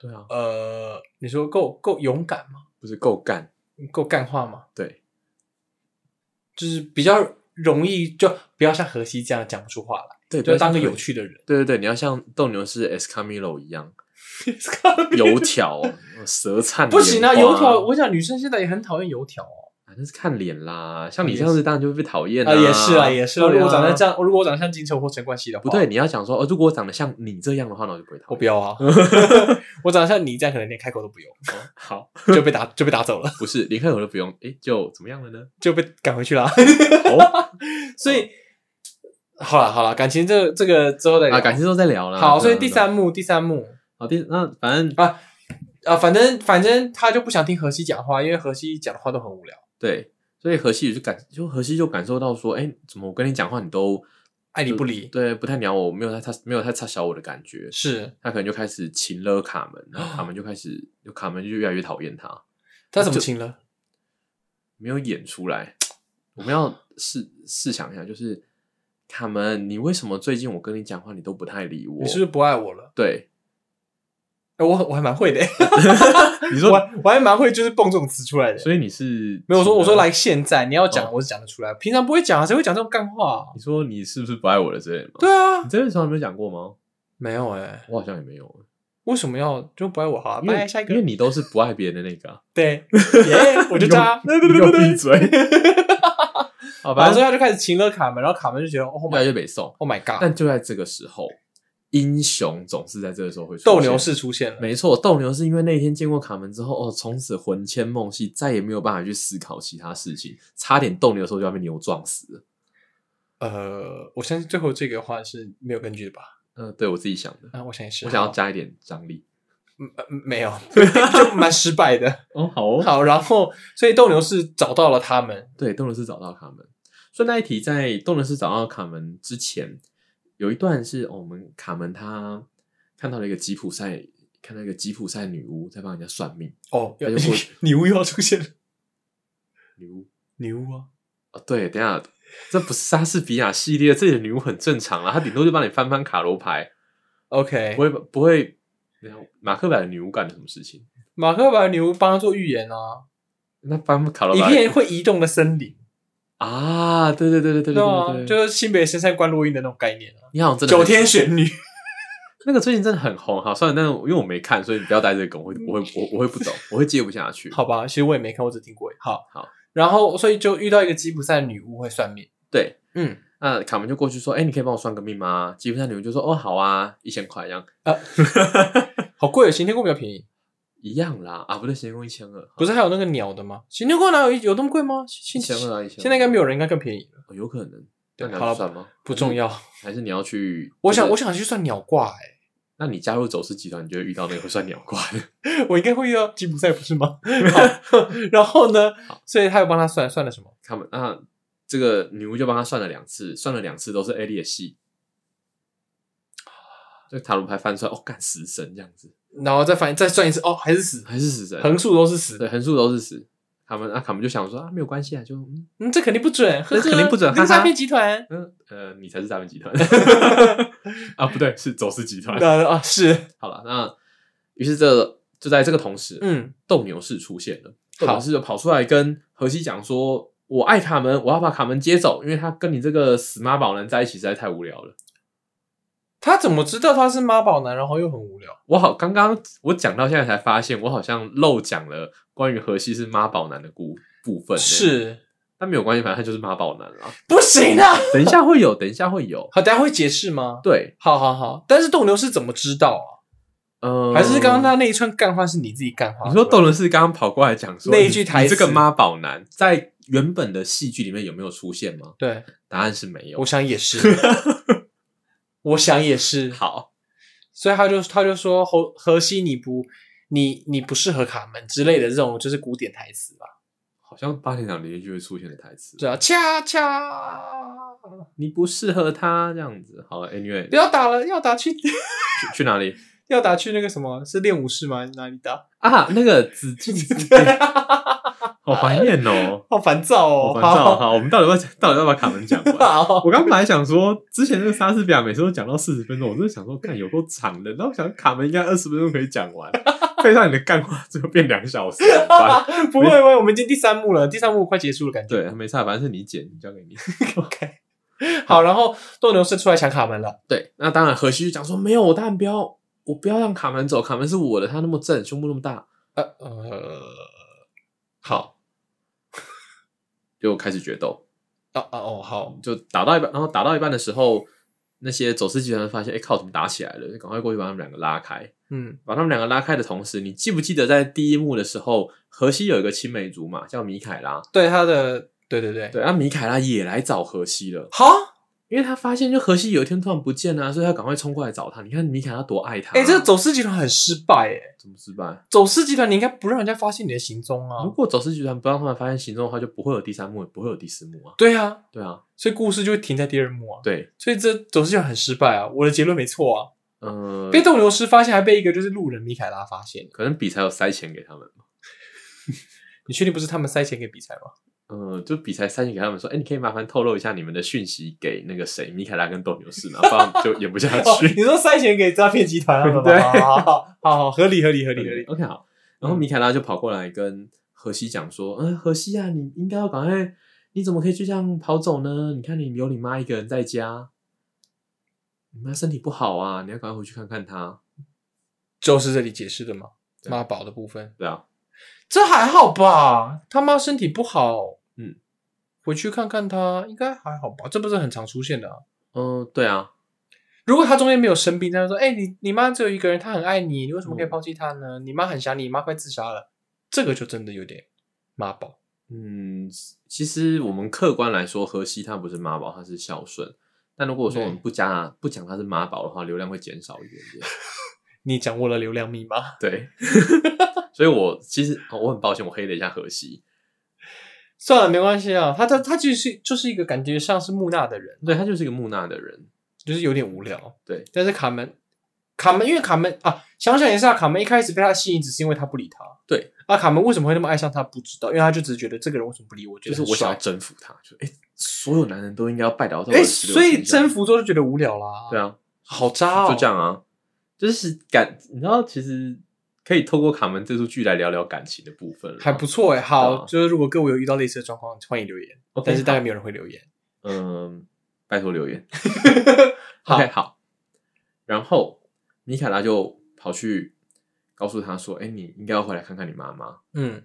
B: 对啊，
A: 呃，你说够够勇敢吗？
B: 不是够干，
A: 够干话吗？
B: 对，
A: 就是比较容易，就不要像荷西这样讲不出话来，
B: 对，
A: 就当个
B: 不要
A: 有。趣的 人。
B: 对对对，你要像斗牛士 S Camilo 一样，
A: 油
B: 油条、舌灿莲花。
A: 不行啊，油条！我想女生现在也很讨厌油条哦。
B: 啊，那是看脸啦，像你
A: 啊也
B: 这样子
A: 是
B: 当然就会被讨厌
A: 啊，也是啊，也是啊。
B: 对
A: 如果我长得
B: 啊
A: 这样，如果我长得像金城或陈冠希的话，
B: 不对，，你要讲说，哦，如果我长得像你这样的话，那我就不会讨厌。
A: 我不要 啊。我长得像你这样，可能连开口都不用，
B: 好，
A: 就被打就被打走了，
B: 不是连开口都不用，诶，就怎么样了 呢？
A: 就被赶回去 了。
B: 哦，
A: 所以，好了好了，感情这个这个之后再聊
B: 啊，感情都在聊啦。
A: 好，
B: 对啊
A: 所以第，
B: 对啊
A: 三幕第三幕。
B: 好第那反正
A: 啊啊，反正反正他就不想听荷西讲话，因为荷西讲的话都很无聊，
B: 对，所以荷西就感就荷西就感受到说，诶，怎么我跟你讲话你都
A: 爱理不理。
B: 对，不太鸟我，没有太他没有太插小我的感觉，
A: 是
B: 他可能就开始擒了卡门，然后卡 门就开始，卡门就越来越讨厌他，
A: 他怎么
B: 就
A: 亲了？
B: 没有演出来。我们要试试想一下，就是卡门，你为什么最近我跟你讲话你都不太理我？
A: 你是不是不爱我了？
B: 对，
A: 哎，我很我还蛮会 的，
B: 你
A: 我
B: 说，
A: 还我还蛮会，就是蹦这种词出来的。
B: 所以你是
A: 没有我说我说
B: 来。
A: 来现在你要讲
B: 哦，
A: 我是讲得出来，平常不会讲啊，谁会讲这种干话啊？
B: 你说你是不是不爱我了之类的吗？
A: 对啊
B: 你，真的从来没有讲过吗？
A: 没有哎，
B: 我好像也没有，
A: 为什么要就不爱我？好，啊
B: 因为
A: 拜下一
B: 因为
A: 个。
B: 你都是不爱别人的那个啊、
A: 对，耶，我就渣。
B: 你给我闭嘴。
A: 然
B: 好吧
A: 后，所以他就开始擒了卡门，然后卡门就觉得 Oh
B: 越来
A: my
B: 越北宋。
A: Oh my God，
B: 但就在这个时候，英雄总是在这个时候会出现
A: 斗牛。士出现了。
B: 没错，斗牛是因为那天见过卡门之后，哦，从此魂牵梦系，再也没有办法去思考其他事情，差点斗牛的时候就要被牛撞死了。
A: 呃，我相信最后这个话是没有根据的吧？
B: 嗯、对我自己想的，
A: 啊，我想也是。
B: 我想要
A: 好
B: 加一点张力。
A: 嗯呃没有， 就蛮失败的。
B: 哦，好哦
A: 好，然后所以斗牛士找到了他们，
B: 对，斗牛士找到卡门。顺带一提，在斗牛士找到卡门之前，有一段是、哦我们卡门他看到了一个吉普赛，看到一个吉普赛女巫在帮人家算命，
A: 哦，要
B: 哎我
A: 女巫又要出现了，
B: 女巫
A: 女巫啊，
B: 哦，对，等一下这不是莎士比亚系列，这里的女巫很正常啦，她顶多就帮你翻翻卡罗牌，
A: OK，
B: 不会不会。等一下马克白的女巫干了什么事情？
A: 马克白女巫帮他做预言啊，
B: 那翻卡罗
A: 一
B: 牌
A: 片会移动的森林，
B: 啊，对对对对对
A: 对啊，
B: 对对，
A: 就是新北深山观落音的那种概念啊。
B: 你好像真的
A: 九
B: 很
A: 天玄女，
B: 那个最近真的很红哈，算了，但是因为我没看，所以你不要带这个梗，我会我会 我我会不懂，我会接不下去。
A: 好吧，其实我也没看，我只听过。好，
B: 好，
A: 然后所以就遇到一个吉普赛女巫会算命，
B: 对，
A: 嗯，
B: 那卡门就过去说：“哎、你可以帮我算个命吗？”吉普赛女巫就说：“哦，好啊，一千块一样
A: 好贵，行天宫比较便宜，
B: 一样啦。”啊，不对，行，共一千二，
A: 不是还有那个鸟的吗？行天宫哪有有那么贵吗？
B: 一
A: 现
B: 千二啊，一千二。
A: 现在应该没有人，应该更便宜了，
B: 哦有可能。
A: 对
B: 那你
A: 好
B: 要
A: 了
B: 去算吗？
A: 不重要。
B: 还是你要去？
A: 我想，
B: 就是
A: 我，想去算鸟卦，哎，
B: 那你加入走私集团，你就会遇到那个会算鸟卦的。
A: 我应该会遇到吉普赛，不是 吗？好然后呢？所以他又帮他算算了什么？
B: 他们那这个女巫就帮他算了两次，算了两次都是艾莉的戏。这塔罗牌翻出来，哦，干死神这样子，
A: 然后再反再算一次，哦，还是死，
B: 还是死神，
A: 横竖都是死
B: 对，。横竖都是死。卡门啊，卡门就想说啊，没有关系啊，就嗯
A: 嗯，这肯定不准，
B: 这肯定不准
A: 这
B: 哈
A: 是
B: 哈
A: 诈骗集团。
B: 嗯呃，你才是诈骗集 团啊，不对，是走私集团。
A: 那啊是，
B: 好了，那于是这就在这个同时，
A: 嗯，
B: 斗牛士出现了。
A: 好
B: 斗牛士就跑出来跟荷西讲说：“我爱卡门，我要把卡门接走，因为他跟你这个死妈宝男在一起实在太无聊了。
A: 他怎么知道他是妈宝男，然后又很无聊？”
B: 我好，刚刚我讲到现在才发现，我好像漏讲了关于荷西是妈宝男的故部分、，
A: 是
B: 但没有关系，反正他就是妈宝男啊。
A: 不行啊！
B: 等一下会有，等一下会有。
A: 好，大家会解释吗？
B: 对，
A: 好好好，但是斗牛士怎么知道啊？
B: 嗯、
A: 还是刚刚他那一串干话是你自己干话？
B: 你说斗伦士刚刚跑过来讲说
A: 那一句台词
B: 你你这个妈宝男在原本的戏剧里面有没有出现吗？
A: 对，
B: 答案是没有。
A: 我想也是， 我想也是。
B: 好，
A: 所以他就他就说荷荷西你不你你不适合卡门之类的这种就是古典台词吧？
B: 好像八点档连续剧会出现的台词。
A: 对啊，恰恰
B: 你不适合他这样子。好了，Anyway，
A: 不要打了，要打去
B: 去去哪里
A: 要打去那个什么是练武士吗？哪里打？
B: 啊？那个紫禁 之巅，好怀念哦，
A: 好烦躁
B: 好
A: 哦，
B: 烦躁。好，我们到底要到底要把卡门讲完？
A: 好好
B: 我刚本来想说，之前那个莎士比亚每次都讲到四十分钟，我真的想说，看有够长的。然后我想卡门应该二十分钟可以讲完，配上你的干话，最后变两小时。很烦
A: 不会不会，我们已经第三幕了，第三幕快结束了，感觉。
B: 对，没差，反正是你剪，交给你。
A: OK，好， 然后斗牛士出来抢卡门了，
B: 对，那当然，何西就讲说，没有，我当然不要，我不要让卡门走，卡门是我的，他那么正，胸部那么大，
A: 呃呃，
B: 好，就开始决斗，
A: 啊啊哦，好，
B: 就打到一半，然后打到一半的时候，那些走私集团发现，哎、靠，怎么打起来了？就赶快过去把他们两个拉开。
A: 嗯，
B: 把他们两个拉开的同时，你记不记得在第一幕的时候，荷西有一个青梅竹马叫米凯拉，
A: 对他的，对对对，
B: 对，那、米凯拉也来找荷西了，
A: 好，
B: 因为他发现就荷西有一天突然不见啊了、所以他赶快冲过来找他。你看米凯拉多爱他、啊，
A: 哎、这个走私集团很失败，哎，
B: 怎么失败？
A: 走私集团你应该不让人家发现你的行踪
B: 如
A: 啊，
B: 果走私集团不让他们发现行踪的话，就不会有第三幕，也不会有第四幕啊。
A: 对啊，
B: 对啊，
A: 所以故事就会停在第二幕啊，
B: 对，
A: 所以这走私集团很失败啊，我的结论没错啊，
B: 嗯、
A: 被斗牛士发现，还被一个就是路人米凯拉发现，
B: 可能比才有塞钱给他们。
A: 你确定不是他们塞钱给比赛吗？
B: 呃，就比赛三星给他们说，哎、你可以麻烦透露一下你们的讯息给那个谁，米凯拉跟斗牛士嘛，不然就演不下
A: 哦，
B: 去。
A: 你说塞钱给诈骗集团啊？
B: 对
A: 好好好好好，合理合理合理合理。
B: OK，好。然后米凯拉就跑过来跟荷西讲说，嗯、荷西啊，你应该要赶快，你怎么可以就这样跑走呢？你看你留你妈一个人在家，你妈身体不好啊，你要赶快回去看看她。
A: 就是这里解释的嘛，
B: 对
A: 妈宝的部分，
B: 对啊，
A: 这还好吧？他妈身体不好，
B: 嗯，
A: 回去看看他，应该还好吧？这不是很常出现的、啊。
B: 嗯、对啊，
A: 如果他中间没有生病，他就说：“哎、你你妈只有一个人，她很爱你，你为什
B: 嗯
A: 么可以抛弃她呢？你妈很想你，你妈快自杀了。”这个就真的有点妈宝。
B: 嗯，其实我们客观来说，荷西他不是妈宝，他是孝顺。但如果说我们
A: 对
B: 不加不讲他是妈宝的话，流量会减少一点点。
A: 你掌握了流量密码，
B: 对， 所以我其实、哦我很抱歉，我黑了一下荷西。
A: 算了，没关系啊。他他他就是就是一个感觉像是木讷的人，
B: 对他就是一个木讷的人，
A: 就是有点无聊。
B: 对，
A: 但是卡门，卡门因为卡门啊，想想也是啊，卡门一开始被他吸引，只是因为他不理他。
B: 对，
A: 啊，卡门为什么会那么爱上他？不知道，因为他就只是觉得这个人为什么不理我，觉得
B: 就是
A: 很
B: 我想
A: 帅
B: 要征服他，就哎、诶所有男人都应该要拜倒到我
A: 哎、
B: 的石榴
A: 所以
B: 裙下
A: 征服之后就觉得无聊啦。
B: 对，啊，
A: 好渣哦。
B: 就这样啊，就是感，你知道，其实可以透过卡门这出剧来聊聊感情的部分了，
A: 还不错哎、好，
B: 对啊
A: 就是如果各位有遇到类似的状况，欢迎留言
B: OK，
A: 但是大概没有人会留言。
B: 嗯，拜托留 言。
A: 好
B: OK，好。然后米凯拉就跑去告诉他说：“哎、你应该要回来看看你妈妈。
A: 嗯，”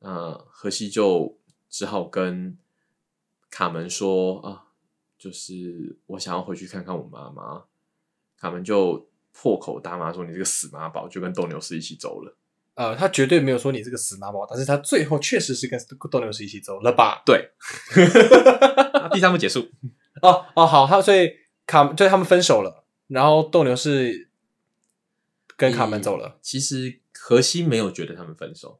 B: 呃，荷西就只好跟卡门说：“啊，就是我想要回去看看我妈妈。”卡门就破口大骂说：“你这个死妈宝！”就跟斗牛士一起走了。
A: 呃，他绝对没有说你这个死妈宝，但是他最后确实是跟斗牛士一起走了吧？
B: 对，那啊第三幕结束。
A: 哦哦，好，他所以卡就是他们分手了，然后斗牛士跟卡门走了，
B: 其实荷西没有觉得他们分手，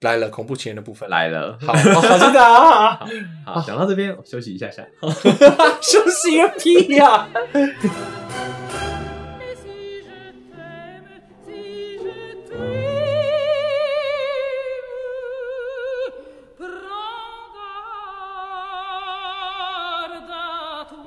A: 来了恐怖情人的部分。
B: 来了。
A: 好，哦好，真的啊，
B: 好，讲到这边我休息一下 下。
A: 休息个屁呀、
C: Et si je t'aime, si je t'aime, prends garde à toi.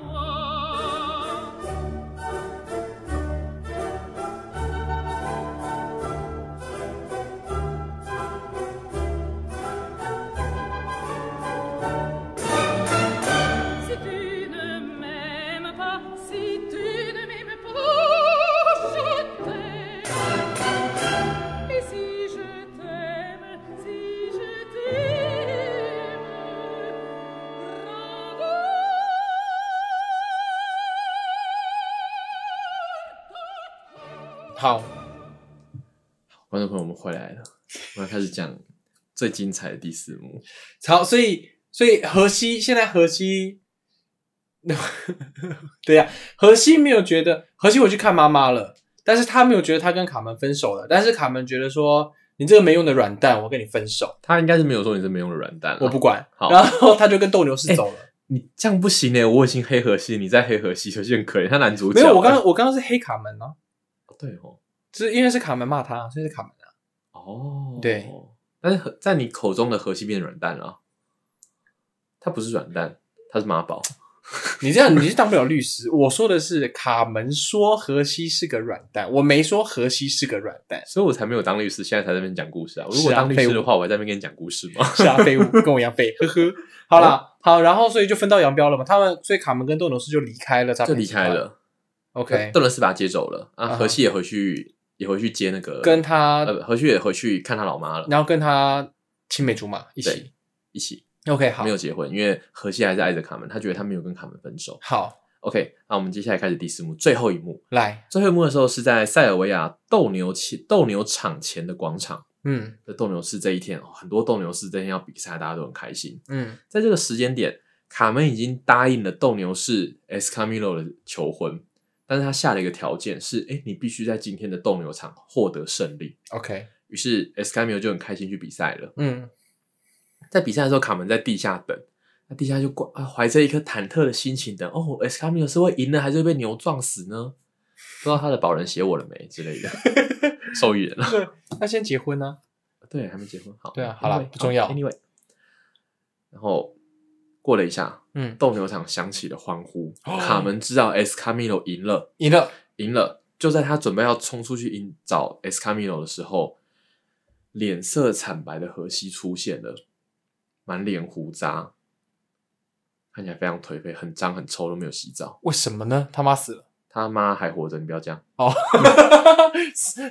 C: Si tu ne m'aimes pas, si tu ne m'aimes pas, je t'aime. Et si je t'aime, si je t'aime, rends garde à toi.
A: 好，
B: 观众朋友们回来了，我们要开始讲最精彩的第四幕。
A: 好，所以所以荷西现在荷西， 对呀、荷西没有觉得荷西回去看妈妈了，但是他没有觉得他跟卡门分手了，但是卡门觉得说你这个没用的软蛋，我跟你分手，
B: 他应该是没有说你是没用的软蛋啊，
A: 我不管。
B: 好哎
A: 然后他就跟斗牛士走了。
B: 你这样不行呢、我已经黑河西，你再黑河西，河西很可怜，他男主角啊
A: 没有，我刚刚我刚刚是黑卡门哦、
B: 对哦，
A: 就是因为是卡门骂他，所以是卡门啊。
B: 哦
A: 对，
B: 但是在你口中的河西变软蛋了啊，他不是软蛋，他是妈宝。
A: 你这样你就当不了律师。我说的是卡门说荷西是个软蛋，我没说荷西是个软蛋。
B: 所以我才没有当律师，现在才在那边讲故事啊！
A: 是啊
B: 如果当律师
A: 废
B: 的
A: 物
B: 话，我还在那边跟你讲故事吗？
A: 是啊，废物，跟我一样废，呵呵。好啦，好，然后所以就分道扬镳了嘛。他们所以卡门跟斗牛士就离开了，啊
B: 就离开。了。
A: OK，
B: 邓伦斯把他接走了
A: 嗯
B: 啊，
A: 哼
B: 河西也回去，也回去接那个
A: 跟他，
B: 呃，何旭也回去看他老妈了，
A: 然后跟他青梅竹马一起
B: 对。一起
A: OK，好
B: 没，有结婚，因为何西还是爱着卡门，他觉得他没有跟卡门分手。
A: 好，
B: OK，那我们接下来开始第四幕，最后一幕。
A: 来，
B: 最后一幕的时候是在塞尔维亚斗牛前斗牛场前的广场
A: 嗯
B: 的斗牛士这一天，哦很多斗牛士这天要比赛，大家都很开心。
A: 嗯，
B: 在这个时间点，卡门已经答应了斗牛士 S Camilo 的求婚，但是他下了一个条件是：哎，你必须在今天的斗牛场获得胜利。
A: OK，
B: 于是 S Camilo 就很开心去比赛了。
A: 嗯
B: 在比赛的时候，卡门在地下等，那地下就挂啊，怀着一颗忐忑的心情等。哦，S Camilo 是会赢呢，还是会被牛撞死呢？不知道他的保人写我了没之类的，受益人了。
A: 那先结婚啊呢？
B: 对，还没结婚。好，
A: 对啊好啦
B: anyway，
A: 不重要
B: 好 Anyway，然后过了一下，
A: 嗯，
B: 斗牛场响起了欢呼。
A: 哦
B: 卡门知道 S Camilo 赢了，
A: 赢了，
B: 赢了。就在他准备要冲出去赢找 S Camilo 的时候，脸色惨白的荷西出现了，满脸胡渣，看起来非常颓废，很脏很臭，都没有洗澡。
A: 为什么呢？他妈死了。
B: 他妈还活着，你不要这样，
A: 哦，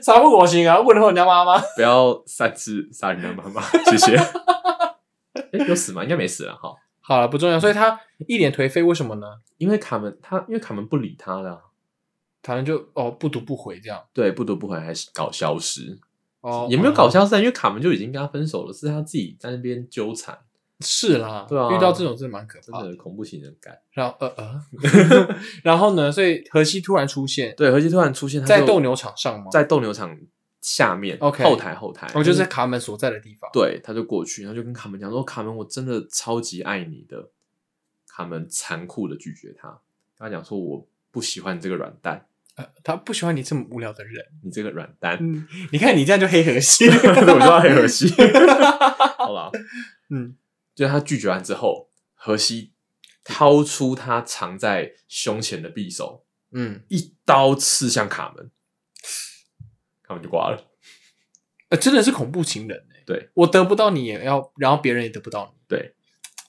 A: 啥不我行啊？问候人家妈妈。
B: 不要擅自杀人家妈妈，谢谢。哎、有死吗？应该没死了哈，
A: 好了，不重要。所以他一脸颓废，为什么呢？
B: 因为卡门他，因为卡门不理他了啊，
A: 可能就哦不读不回这样。
B: 对，不得不回还搞消失。
A: 哦，
B: 也没有搞消失啊，因为卡门就已经跟他分手了，是他自己在那边纠缠，
A: 是啦，
B: 对啊
A: 遇到这种真的蛮可
B: 真
A: 怕的。
B: 的恐怖情人感。
A: 然后呃呃， 然后呢？所以荷西突然出现
B: 对，荷西突然出现，他
A: 在
B: 就
A: 斗牛场上吗？
B: 在斗牛场下面
A: OK
B: 后台后台，
A: 哦，就是在
B: 他
A: 卡门所在的地方。
B: 对，他就过去，然后就跟卡门讲说：“卡门，我真的超级爱你的。”卡门残酷的拒绝他，跟他讲说：“我不喜欢你这个软蛋，
A: 呃，他不喜欢你这么无聊的人。
B: 你这个软蛋。
A: 嗯，你看你这样就黑荷西。
B: 我就要黑荷西，好吧？
A: 嗯，
B: 就是他拒绝完之后，荷西掏出他藏在胸前的匕首，
A: 嗯，
B: 一刀刺向卡门，卡门就挂了。
A: 呃，真的是恐怖情人、欸、
B: 对，
A: 我得不到你，也要然后别人也得不到你。
B: 对，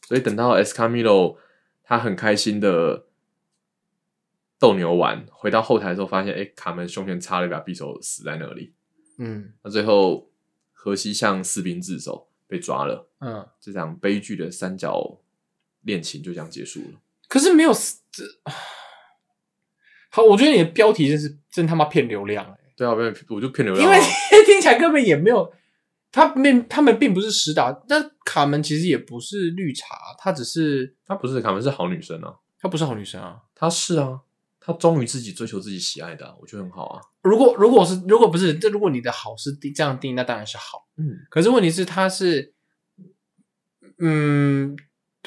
B: 所以等到 S Camilo 他很开心的斗牛完，回到后台的时候，发现哎、卡门胸前插了一把匕首，死在那里。
A: 嗯
B: 那最后荷西向士兵自首，被抓了。
A: 嗯，
B: 这场悲剧的三角恋情就这样结束了。
A: 可是没有死这， 好，我觉得你的标题真是真他妈骗流量、欸
B: 对啊，我就我就骗流
A: 因
B: 量啊
A: 为 听起来根本也没有，他们他们并不是实打，但卡门其实也不是绿茶，她只是
B: 她不是卡门是好女生啊，
A: 她不是好女生啊。
B: 她是啊，她忠于自己，追求自己喜爱的啊、我觉得很好啊。
A: 如果如果是如果不是，这如果你的好是定这样定，那当然是好。
B: 嗯，
A: 可是问题是他是，嗯，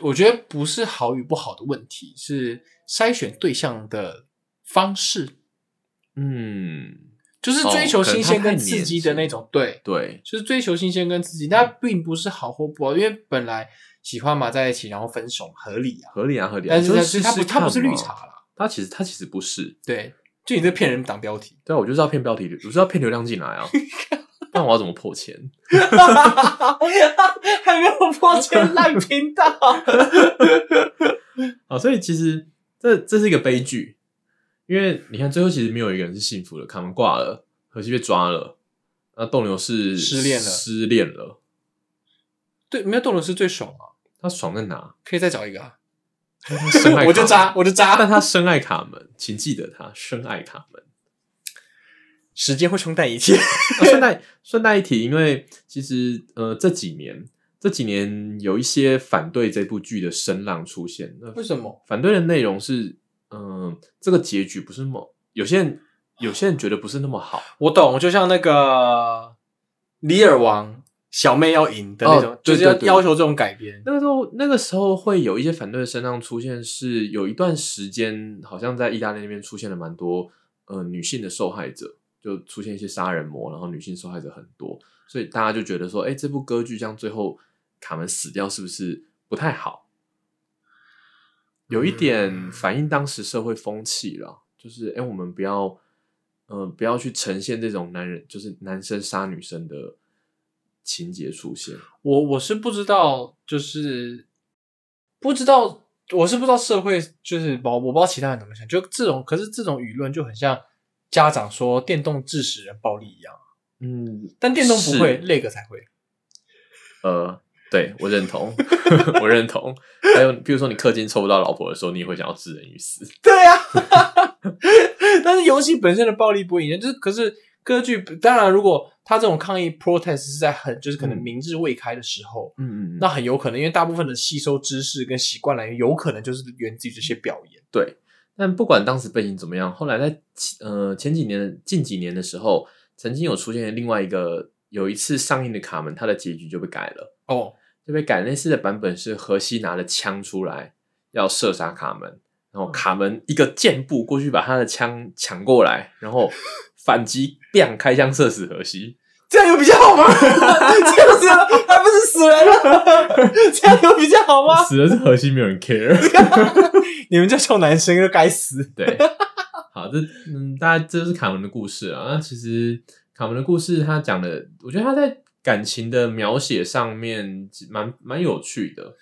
A: 我觉得不是好与不好的问题，是筛选对象的方式，
B: 嗯，
A: 就是追求
B: 哦可
A: 新
B: 能他
A: 鲜
B: 太
A: 跟刺
B: 年
A: 激的
B: 轻
A: 那种。对，
B: 对，
A: 就是追求新鲜跟刺激，那并不是好或不好，因为本来喜欢嘛在一起，然后分手合理啊。
B: 合理啊，合理啊。
A: 但是
B: 就
A: 它
B: 试
A: 它
B: 试
A: 不它不是
B: 看
A: 绿
B: 嘛
A: 茶，啦，
B: 她其实她其实不是。
A: 对，就你这骗人党标题，
B: 对啊，我就是要骗标题，我就是要骗流量进来 啊。那我要怎么破钱？
A: 还没有破 千烂频道，
B: 啊，所以其实这这是一个悲剧，因为你看最后其实没有一个人是幸福的，卡门挂了，荷西被抓了，那斗牛是
A: 失恋了
B: 失恋了，
A: 对，没有动的是最爽啊，
B: 他爽在 哪？
A: 可以再找一个啊，
B: 他深爱
A: 我就
B: 卡
A: 渣
B: 门，
A: 我就渣，
B: 啊 但他深爱卡门，请记得他深爱卡门。
A: 时间会冲淡一切，
B: 啊顺带 顺带一提，因为其实呃这几年这几年有一些反对这部剧的声浪出现，那
A: 为什么？
B: 反对的内容是，嗯、这个结局不是那么，有些人有些人觉得不是那么好。
A: 我懂，就像那个李尔王小妹要赢的那种
B: 哦，
A: 就
B: 对
A: 是要
B: 对对
A: 要求这种改编，
B: 那个时候，那个时候会有一些反对的声浪出现，是有一段时间，好像在意大利那边出现了蛮多呃女性的受害者，就出现一些杀人魔，然后女性受害者很多，所以大家就觉得说，哎、这部歌剧这样最后卡门死掉是不是不太好？有一点
A: 嗯
B: 反映当时社会风气了，就是哎、诶我们不要，呃，不要去呈现这种男人就是男生杀女生的情节出现。
A: 我我是不知道，就是不知道，我是不知道社会就是我我不知道其他人怎么想，就这种，可是这种舆论就很像家长说电动致使人暴力一样，
B: 嗯，
A: 但电动不会，
B: 是
A: 那个才会。
B: 呃，对我认同， 我认同。还有，比如说你氪金抽不到老婆的时候，你也会想要置人于死。
A: 对呀、啊，但是游戏本身的暴力不会影响，就是可是歌剧当然，如果他这种抗议 protest 是在很就是可能
B: 嗯
A: 明智未开的时候，
B: 嗯嗯
A: 那很有可能因为大部分的吸收知识跟习惯来源，有可能就是源自于这些表演。
B: 对。但不管当时背景怎么样，后来在呃前几年、近几年的时候，曾经有出现另外一个有一次上映的《卡门》，它的结局就被改了，
A: 哦，
B: 就被改。那次的版本是荷西拿了枪出来要射杀卡门，然后卡门一个箭步过去把他的枪抢过来，然后反击， 砰开枪射死荷西。
A: 这样有比较好吗？ 这样子啊还不是死人了？ 这样有比较好吗？
B: 死的是荷西，没有人 care。
A: 你们这臭男生就该死！
B: 对， 好，这嗯，大家这就是卡门的故事啊。那其实卡门的故事，他讲的，我觉得他在感情的描写上面蛮蛮有趣的。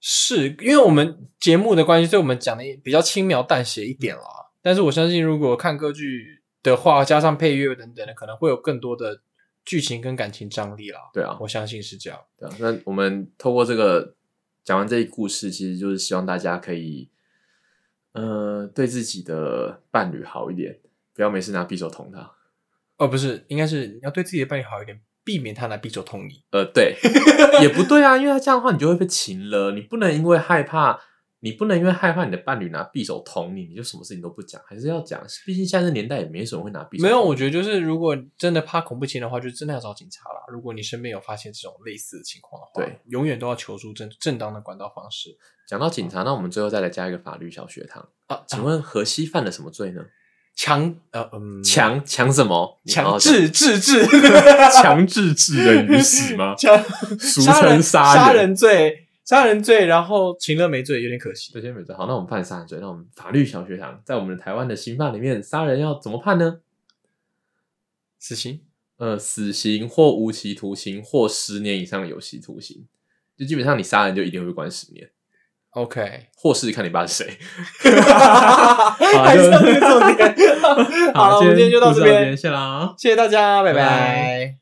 A: 是因为我们节目的关系，所以我们讲的比较轻描淡写一点啦。但是我相信，如果看歌剧的话，加上配乐等等的，可能会有更多的剧情跟感情张力啦。
B: 对啊，
A: 我相信是这样。
B: 对啊。那我们透过这个讲完这一故事，其实就是希望大家可以，呃，对自己的伴侣好一点，不要每次拿匕首捅他。
A: 哦，不是，应该是你要对自己的伴侣好一点，避免他拿匕首捅你。
B: 呃， 对，也不对啊，因为他这样的话，你就会被擒了。你不能因为害怕，你不能因为害怕你的伴侣拿匕首捅你，你就什么事情都不讲，还是要讲。毕竟现在这年代也没什么会拿匕首。
A: 没有，我，觉得就是如果真的怕恐怖情人的话，就真的要找警察啦。如果你身边有发现这种类似的情况的话，
B: 对，
A: 永远都要求助正正当的管道方式
B: 讲到警察，那我们最后再来加一个法律小学堂。
A: 啊。
B: 请问荷西犯了什么罪
A: 嗯
B: 呢？
A: 强呃嗯
B: 强哦强什么？你好
A: 强
B: 好
A: 制制制？
B: 讲强制致人于死 吗
A: 强
B: 俗
A: 杀人
B: 称杀
A: 杀人罪杀人罪，然后情乐没罪，有点可惜。
B: 这些没罪。好，那我们判杀人罪，那我们法律小学堂在我们的台湾的刑法里面，杀人要怎么判呢？
A: 死刑
B: 呃死刑或无期徒刑或十年以上的有期徒刑，就基本上你杀人就一定会被关十年，
A: OK，
B: 或是看你爸是谁。
A: 还 是要这个重点。好了，我们今天就到这
B: 故事
A: 边，
B: 谢啦。
A: 谢谢大家，拜
B: 拜
A: 拜
B: 拜